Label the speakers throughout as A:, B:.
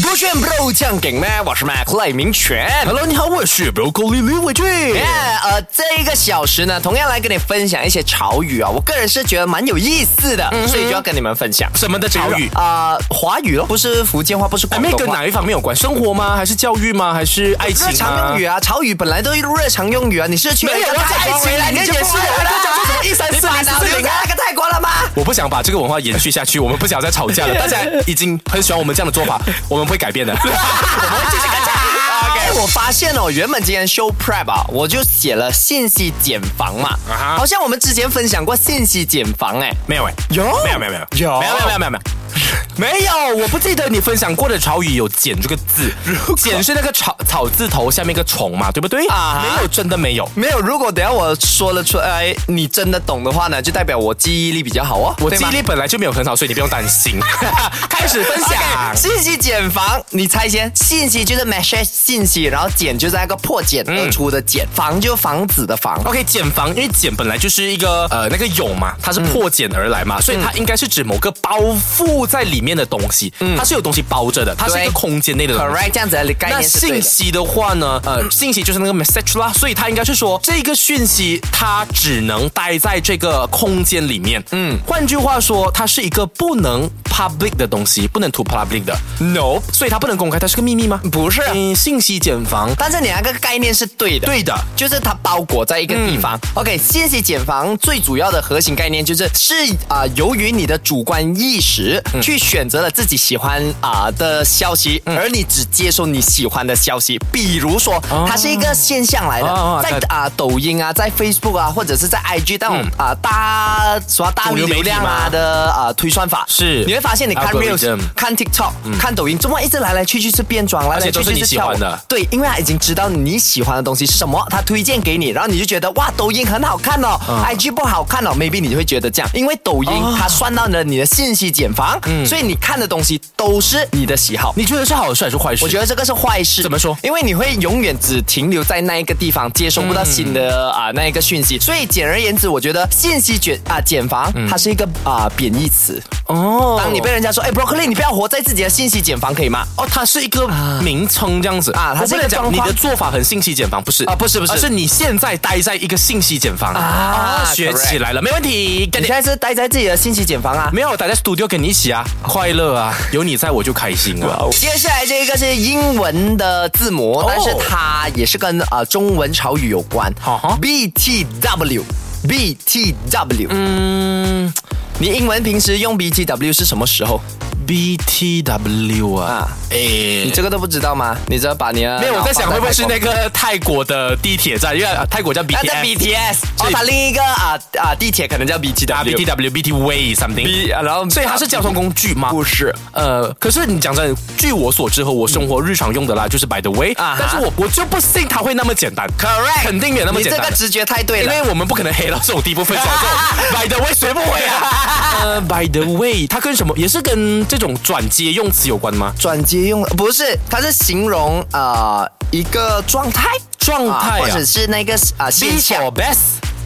A: 不炫 bro 酱梗咩？我是 Mac 赖明全。
B: Hello，你好，我是 Broccoli 李伟俊。
A: Yeah，呃，这一个小时呢，同样来跟你分享一些潮语啊，我个人是觉得蛮有意思的，
B: 嗯
A: 所以就要跟你们分享
B: 什么的潮语？
A: 啊、华语咯，不是福建话，不是
B: 哎，
A: 广
B: 妹
A: 东
B: 跟
A: 话
B: 哪。一方面有关？生活吗？还是教育吗？还是爱情
A: 日常
B: 吗？
A: 用语啊，潮语本来都是日常用语啊。你是去
B: 没有
A: 那个
B: 我在
A: 泰国
B: 爱情
A: 回来，
B: 里
A: 你
B: 面
A: 就
B: 也
A: 不
B: 是
A: 会
B: 我
A: 了
B: 在讲说什么
A: 一三
B: 你
A: 四
B: 把
A: 零
B: 脑
A: 四
B: 留
A: 零
B: 在
A: 那个泰国了吗？
B: 我不想把这个文化延续下去，我们不想再吵架了。大家已经很喜欢我们这样的做法，我们不会改 变的。
A: 我们继续跟
B: 哎
A: OK，我发现哦，原本今天 show prep 啊，我就写了信息茧房嘛
B: 啊哈
A: 好像我们之前分享过信息茧房哎，
B: 没有哎，
A: 有
B: 没有没有没有
A: 有
B: 没有没有没有没有没有。 没有，我不记得你分享过的潮语有“剪”这个字，“剪”是那个草草字头下面一个虫嘛，对不对？
A: 啊
B: 没有，真的没有。
A: 没有。如果等下我说了出来，你真的懂的话呢，就代表我记忆力比较好哦。
B: 我
A: 对
B: 记
A: 吗
B: 忆力本来就没有很好，所以你不用担 心。开始分享。
A: OK，信息茧房，你猜先，信息就是 message 信息，然后茧就是那个破茧而出的茧，房就房子的房。
B: OK，茧房，因为茧本来就是一个呃那个蛹嘛，它是破茧而来嘛，所以它应该是指某个包覆在里面的东西，它是有东西包着的，它是一个
A: 对
B: 空间内的东西。
A: Correct，这样子的概
B: 那
A: 念是对
B: 信
A: 的。
B: 息的话呢，呃，信息就是那个 message 啦，所以它应该是说这个讯息它只能待在这个空间里面。嗯，换句话说，它是一个不能 public 的东西，不能 to public 的。No，所以它不能公开，它是个秘密吗？
A: 不是
B: 嗯，信息茧房。
A: 但是你那个概念是对的。
B: 对的，
A: 就是它包裹在一个地
B: 嗯
A: 方。OK，信息茧房最主要的核心概念就是是啊、由于你的主观意识
B: 嗯
A: 去选择了自己喜欢啊、的消息，而你只接受你喜欢的消息。比如说，它是一个现象来的，
B: 哦哦哦
A: 在
B: 对
A: 啊、抖音啊，在 Facebook 啊，或者是在 IG 那种啊、大什么大
B: 主流媒
A: 流
B: 体
A: 量啊
B: 嘛
A: 的啊、推算法
B: 是
A: 你会发现你看 Reels
B: Algorithm、嗯
A: 看 TikTok、看抖音，怎么一直来来去去是变装，来
B: 而
A: 来
B: 且都
A: 去
B: 是
A: 去
B: 你喜欢
A: 跳舞
B: 的
A: 对，因为他已经知道你喜欢的东西是什么，他推荐给你，然后你就觉得哇，抖音很好看哦、i
B: 嗯
A: g 不好看哦，maybe 你就会觉得这样，因为抖音它算到了你的信息茧房，所以你看的东西都是你的喜好。
B: 你觉得哦嗯是好事还是坏事？
A: 我觉得这个是坏事。
B: 怎么说
A: 因为你会永远只停留在那一个地方，接收不到新
B: 嗯
A: 的啊、那一个讯息。所以简而言之，我觉得信息茧啊茧房，它是一个啊、贬义词。
B: 嗯哦
A: 当你被人家说，哎，broccoli，你不要活在自己的信息茧房，可以吗？
B: 哦，它是一个名称这样子
A: 啊啊它是一个
B: 我不能讲
A: 状
B: 你
A: 况
B: 的做法很信息茧房，不是
A: 啊不是不是
B: 而是你现在待在一个信息茧房
A: 啊
B: 学起来了，没问题，跟
A: 你
B: 你
A: 现在是待在自己的信息茧房啊。
B: 没有我待在 studio 跟你一起啊，快乐啊，有你在我就开心啊。
A: 接下来这个是英文的字母，但是它也是跟呃中文潮语有关。
B: 好哈
A: B T W B T W，嗯，你英文平时用 B T W 是什么时候？
B: B T W 啊
A: 啊，
B: 诶
A: 你这个都不知道吗？你这把你的
B: 没有我在想会不会是那
A: 个？
B: 个泰国的地铁站，因为呃泰国叫 B
A: 那
B: T
A: 叫 BTS，哦，它另一个啊啊地铁可能叫 B T
B: 啊 B T
A: W。
B: W B T Way something。
A: B，然后
B: 所以它是交通工具吗？
A: 不是，
B: 呃，可是你讲真，据我所知和我生活日常用的啦，就是 by the way，、
A: 啊哈
B: 但是我我就不信它会那么简单，correct，肯定没有那么
A: 你
B: 简
A: 这个
B: 单。
A: 直觉太对
B: 因
A: 了
B: 为。我们不可能黑到这种地步分享 这种 by the way 谁不会啊？呃，by the way，它跟什么也是跟这种转接用词有关吗？
A: 转接用不是，它是形容呃一个状态，
B: 状态啊
A: 或者是那个啊
B: b
A: 现
B: for
A: 象。
B: best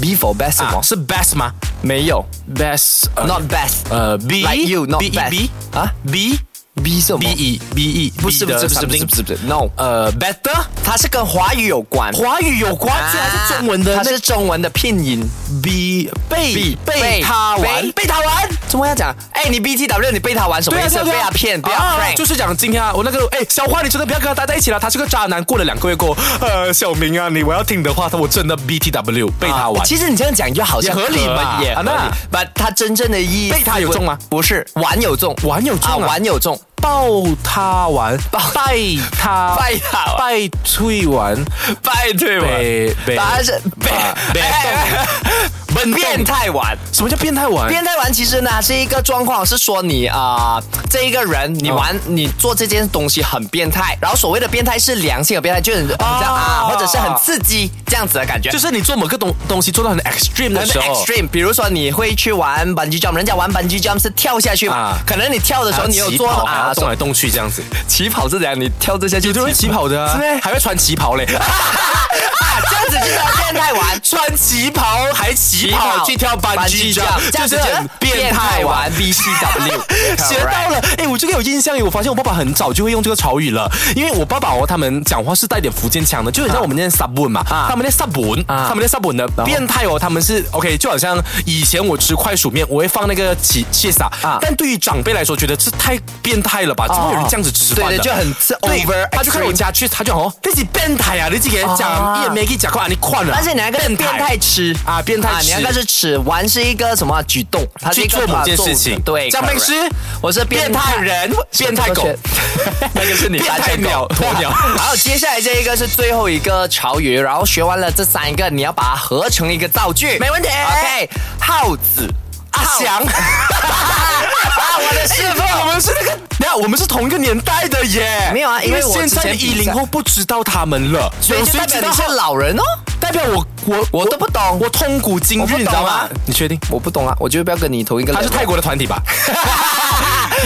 A: B for best 什
B: 啊
A: 么？
B: 是 best 吗
A: 没有
B: ？best、呃、
A: ，not best。
B: 呃 b
A: Like you, not
B: b e
A: best
B: b
A: 啊
B: 啊 b
A: B 什么
B: b e b e
A: 不是不是不是不是不是不是，no，
B: 呃 better
A: 它是跟华语有关。啊
B: 华语有关，这还是中文的
A: 它
B: 那
A: 是中文的拼音。
B: B 被被他玩。啊
A: 被他玩，怎么要讲？哎，你 B T W，你被他玩什么意思？被他骗，被他 prank。
B: 就是讲今天啊，我那个哎，小花，你真的不要跟他待在一起了，他是个渣男。过了两个月过后，呃，小明啊，你我要听你的话，我真的 B T W 被他玩。
A: 啊其实你这样讲就好像
B: 也合理吧
A: 也合理
B: 啊。
A: 把它真正的意思，
B: 被他有中吗？
A: 不是，玩有中，
B: 玩有中啊
A: 玩有中。
B: 抱他玩，拜他
A: 拜他玩
B: 拜退玩，
A: 拜对
B: 吧
A: 被被
B: 把
A: 啊他是被
B: 被
A: 动，变态玩。
B: 什么叫变态玩？
A: 变态玩其实呢是一个状况，是说你啊、这一个人你玩、
B: 哦
A: 你做这件东西很变态，然后所谓的变态是良性的变态，就是很这样啊，或者是很刺激这样子的感觉。
B: 哦就是你做某个东东西做到很 extreme
A: 很
B: 的时候，
A: extreme，比如说你会去玩 bungee jump，人家玩 bungee jump 是跳下去嘛，
B: 啊
A: 可能你跳的时候你有
B: 还要
A: 做
B: 起跑还要
A: 啊，
B: 动来动去这样子。
A: 起跑是怎样？你跳这下去，
B: 有的人起跑的、啊，
A: 是咩
B: 还会穿旗袍嘞。
A: 啊，这样子就叫变态 玩。玩
B: 穿旗袍还旗袍去跳班级
A: 这
B: 这
A: 样
B: 样，
A: 这
B: 就
A: 样
B: 是
A: 子
B: 很变态玩。
A: 玩 B C W，
B: 学到了，哎，我这个有印象耶！我发现我爸爸很早就会用这个潮语了，因为我爸爸哦，他们讲话是带点福建腔的，就很像我们念 sabun 嘛，
A: 啊
B: 他们念 sabun，
A: 啊
B: 他们念 sabun 的变态哦，他们是 OK，就好像以前我吃快熟面，我会放那个起 cheese
A: 啊哦
B: 啊，但对于长辈来说，觉得这太变态了吧？怎么会有人这样子吃饭
A: 对
B: 的？
A: 对就很是
B: 对
A: over
B: 他就看
A: extreme
B: 我家去，他就好，你是变态啊！你自己
A: 啊
B: 讲，也没给讲过啊，你困了。
A: 但是你那个是变态吃
B: 啊变态
A: 啊，你那
B: 吃
A: 个是吃玩是一个什么啊举动？它是一
B: 去
A: 个
B: 做某件
A: 动
B: 事情，
A: 对，
B: 张明师
A: correct，我是
B: 变态人、变态狗，
A: 那个是你
B: 变态 鸟鸵鸟
A: 然后接下来这一个是最后一个潮语，然后学完了这三个，你要把它合成一个造句，
B: 没 问题
A: OK，耗子，
B: 阿翔。
A: 啊，我的师
B: 哎
A: 傅。
B: 我们是那个，等下我们是同一个年代的耶。
A: 没有啊因
B: 因
A: 为
B: 为
A: 我
B: 现在的
A: 之前比
B: 一
A: 赛
B: 零后不知道他们了，
A: 所以就代表你是老人哦，
B: 代表我我
A: 我都不懂
B: 我痛苦今
A: 我不
B: 日，你知道
A: 懂
B: 吗
A: 啊？
B: 你确定？
A: 我不懂啊，我就不要跟你同一个。
B: 他是泰，国的团体 吧？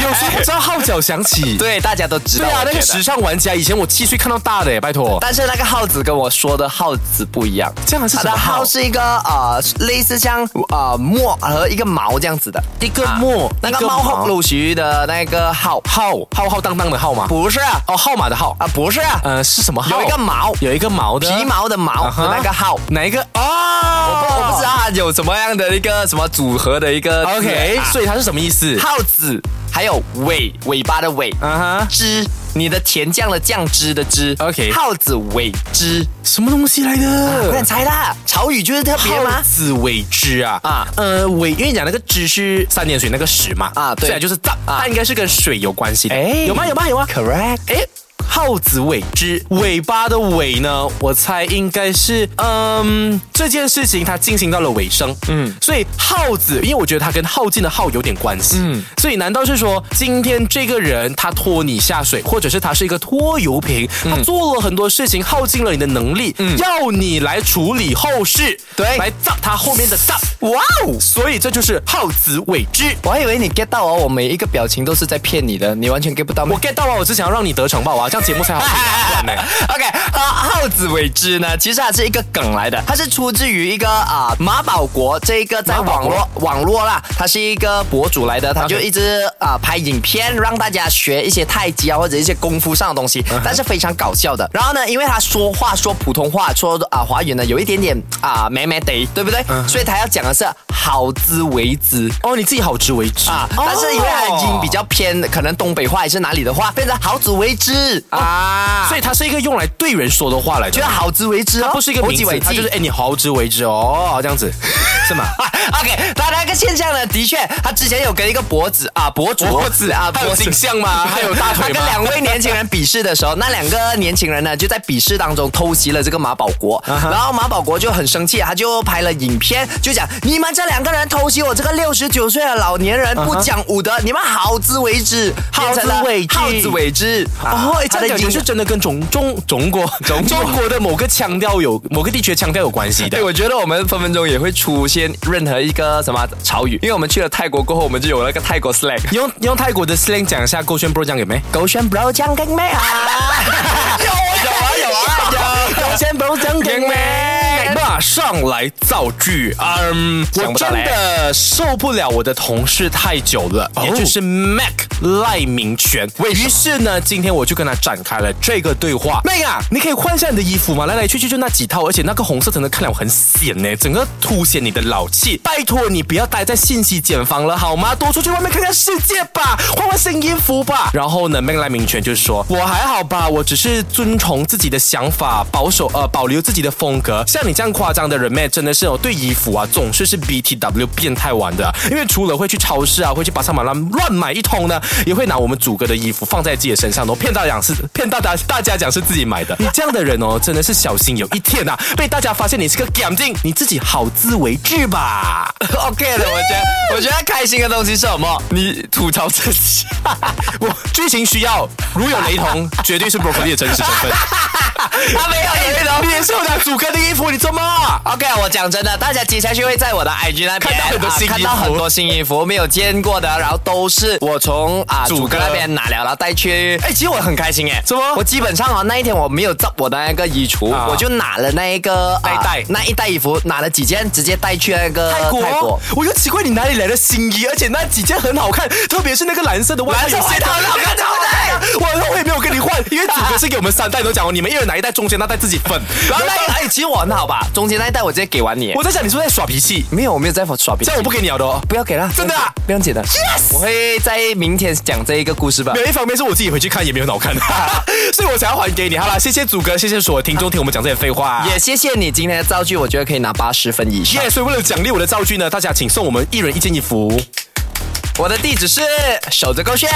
B: 有时候不知道号角响起。
A: 对，大家都知道。
B: 对啊，
A: 我
B: 那
A: 觉
B: 个
A: 得
B: 时尚玩家，以前我七岁看到大的耶，拜托。
A: 但是那个耗子跟我说的耗子不一样，
B: 这样是
A: 它
B: 什
A: 的
B: 么号
A: 耗是一个呃类似像呃墨和一个毛这样子的，
B: 一个
A: 啊
B: 墨
A: 那
B: 一
A: 个
B: 个毛
A: 猫后鲁徐的那个号，
B: 浩浩浩荡荡的浩吗？
A: 不是啊，
B: 哦，号码的号。
A: 啊不是啊，
B: 呃，是什么号？
A: 有一个毛
B: 有一个毛的
A: 皮毛的毛
B: 啊哈
A: 和那个号。
B: 哪一个？哦，
A: 我
B: 我
A: 不知道。它有什么样的一个什么组合的一个字
B: OK，
A: 啊
B: 所以它是什么意思？
A: 耗子还有尾尾巴的尾，
B: 啊哈，
A: 汁，你的甜酱的酱汁的汁
B: OK
A: 耗子尾汁，
B: 什么东西来
A: 啊快点
B: 的？
A: 猜啦，潮语就是特别吗
B: 耗？子尾汁啊
A: 啊
B: 啊，呃尾，因为你讲那个汁是三点水那个屎嘛
A: 啊对
B: 所以就是脏，
A: 啊
B: 它应该是跟水有关系的。
A: 哎
B: 有吗？有吗？有吗？
A: Correct，
B: 哎，耗子尾汁，尾巴的尾呢？我猜应该是，嗯，这件事情它进行到了尾声，嗯，所以耗子，因为我觉得它跟耗尽的耗有点关系，嗯，所以难道是说今天这个人他拖你下水，或者是他是一个拖油瓶，他做了很多事情，耗尽了你的能力，要你来处理后事，
A: 对
B: 来造他后面的造，
A: 哇哦！
B: 所以这就是耗子尾汁。
A: 我还以为你 get 到哦，我每一个表情都是在骗你的，你完全 get 不到吗
B: 我 get 到了，我只想要让你得逞吧，我要这样节目 才好听 啊，不然呢？
A: OK，好，耗子尾汁呢，其实它是一个梗来的，它是出自于一个啊、马保国这一个在
B: 马保
A: 网
B: 国
A: 络网络啦，他是一个博主来的，他就一直啊、拍影片让大家学一些太极啊或者一些功夫上的东
B: 嗯
A: 西，但是非常搞笑的。然后呢，因为他说话说普通话说啊、华语呢有一点点啊咩咩得，对不对？
B: 嗯
A: 所以他要讲的是好之为之。
B: 哦，你自己好自为之
A: 啊，但是因为它的音比较偏，可能东北话还是哪里的话，变成好自为之啊，
B: 啊，所以它是一个用来对人说的话来
A: 就
B: 的
A: 是，好自为之哦，
B: 它不是一个名
A: 猴子
B: 词，
A: 为之
B: 它就是哎你好自为之哦，这样子是 吗？
A: 啊 OK，他那个现象呢，的确，他之前有跟一个博子啊，博主
B: 脖子
A: 啊，
B: 还有
A: 脖子
B: 颈项吗 还有大腿吗
A: 他跟两位年轻人比试的时候，那两个年轻人呢就在比试当中偷袭了这个马保国，
B: 啊
A: 然后马保国就很生气，他就拍了影片，就讲你们这两个人偷袭我这个六十九岁的老年人，不讲武德，你们好自为之，
B: 好自为之
A: 好自为之。
B: 哦，哎
A: 他
B: 这样
A: 的
B: 感觉
A: 影
B: 是真的跟中中中国中中国的某个腔调有某个地区的腔调有关系的
A: 对，。我觉得我们分分钟也会出现任何一个什么潮语，因为我们去了泰国过后，我们就有那个泰国 slang。
B: 你用你用泰国的 slang 讲一下 Go 炫 Bro 讲给没？
A: 狗选 bro 江更美啊！有啊有啊有啊有！狗选 bro 江更美。
B: 马哎上来造句，嗯，
A: 想
B: 我
A: 不到
B: 真
A: 嘞
B: 的受不了我的同事太久了，也就是 Mac 赖明权。于是呢，今天我就跟他展开了这个对话。Mac 啊，你可以换一下你的衣服吗？来来去去就那几套，而且那个红色真的看了我很显呢，整个凸显你的老气。拜托你不要待在信息茧房了好吗？多出去外面看看世界吧，换换新衣服吧。然后呢，Mac 赖明权就说：“我还好吧，我只是遵从自己的想法，保守呃保留自己的风格。像你这样夸张的人 m 真的是哦，对衣服啊总是是 BTW 变态玩的，因为除了会去超市啊，会去巴塞马拉乱买一通呢，也会拿我们祖哥的衣服放在自己的身上，然后骗大家讲是骗大家大家讲是自己买 的。你这样的人哦，真的是小心有一天啊被大家发现你是个 g a m 你自己好自为之 吧。
A: OK 的，我觉得我觉得开心的东西是什么？你吐槽自己。
B: 我剧情需要，如有雷同， 绝对是 Broccoli 的真实身份。
A: 他没有你
B: 你也是我的祖哥的衣服，你做梦啊！
A: OK，我讲真的，大家接下去会在我的 IG 那边
B: 看到很多新衣服
A: 看到很多新衣服没有见过的，然后都是我从啊
B: 祖
A: 祖哥
B: 哥
A: 那边拿了，然后带去。哎，其实我很开心哎，
B: 怎么
A: 我基本上啊那一天我没有找我的那个衣橱，
B: 啊
A: 我就拿了那一个
B: 那一袋
A: 那一袋衣服，拿了几件直接带去那个
B: 呃泰国，我就奇怪你哪里来的新衣，而且那几件很好看，特别是那个 蓝色的外套，
A: 蓝色外套很好看对不
B: 我我也没有跟你换，因为主角是给我们三袋都讲哦，你们一人拿一袋，中间那袋自己分。然
A: 然
B: 后
A: 后那一
B: 那
A: 哎，其实我很好吧，中间那一袋我直接给完你。
B: 我在想你是不是在耍脾气，
A: 没有，我没有在耍脾
B: 这样我不给你了 的哦。
A: 不要给了，
B: 真的啊
A: 不用紧的。Yes，我会在明天讲这一个故事吧
B: 没。有一方面是我自己回去看也没有很好 看，所以我才要还给你。好了，谢谢祖哥，谢谢所有听众听我们讲这些废 话。
A: 也谢谢你今天的造句，我觉得可以拿八十分以上。
B: 耶！所以为了奖励我的造句呢，大家请送我们一人一件衣服。
A: 我的地址是守着勾选。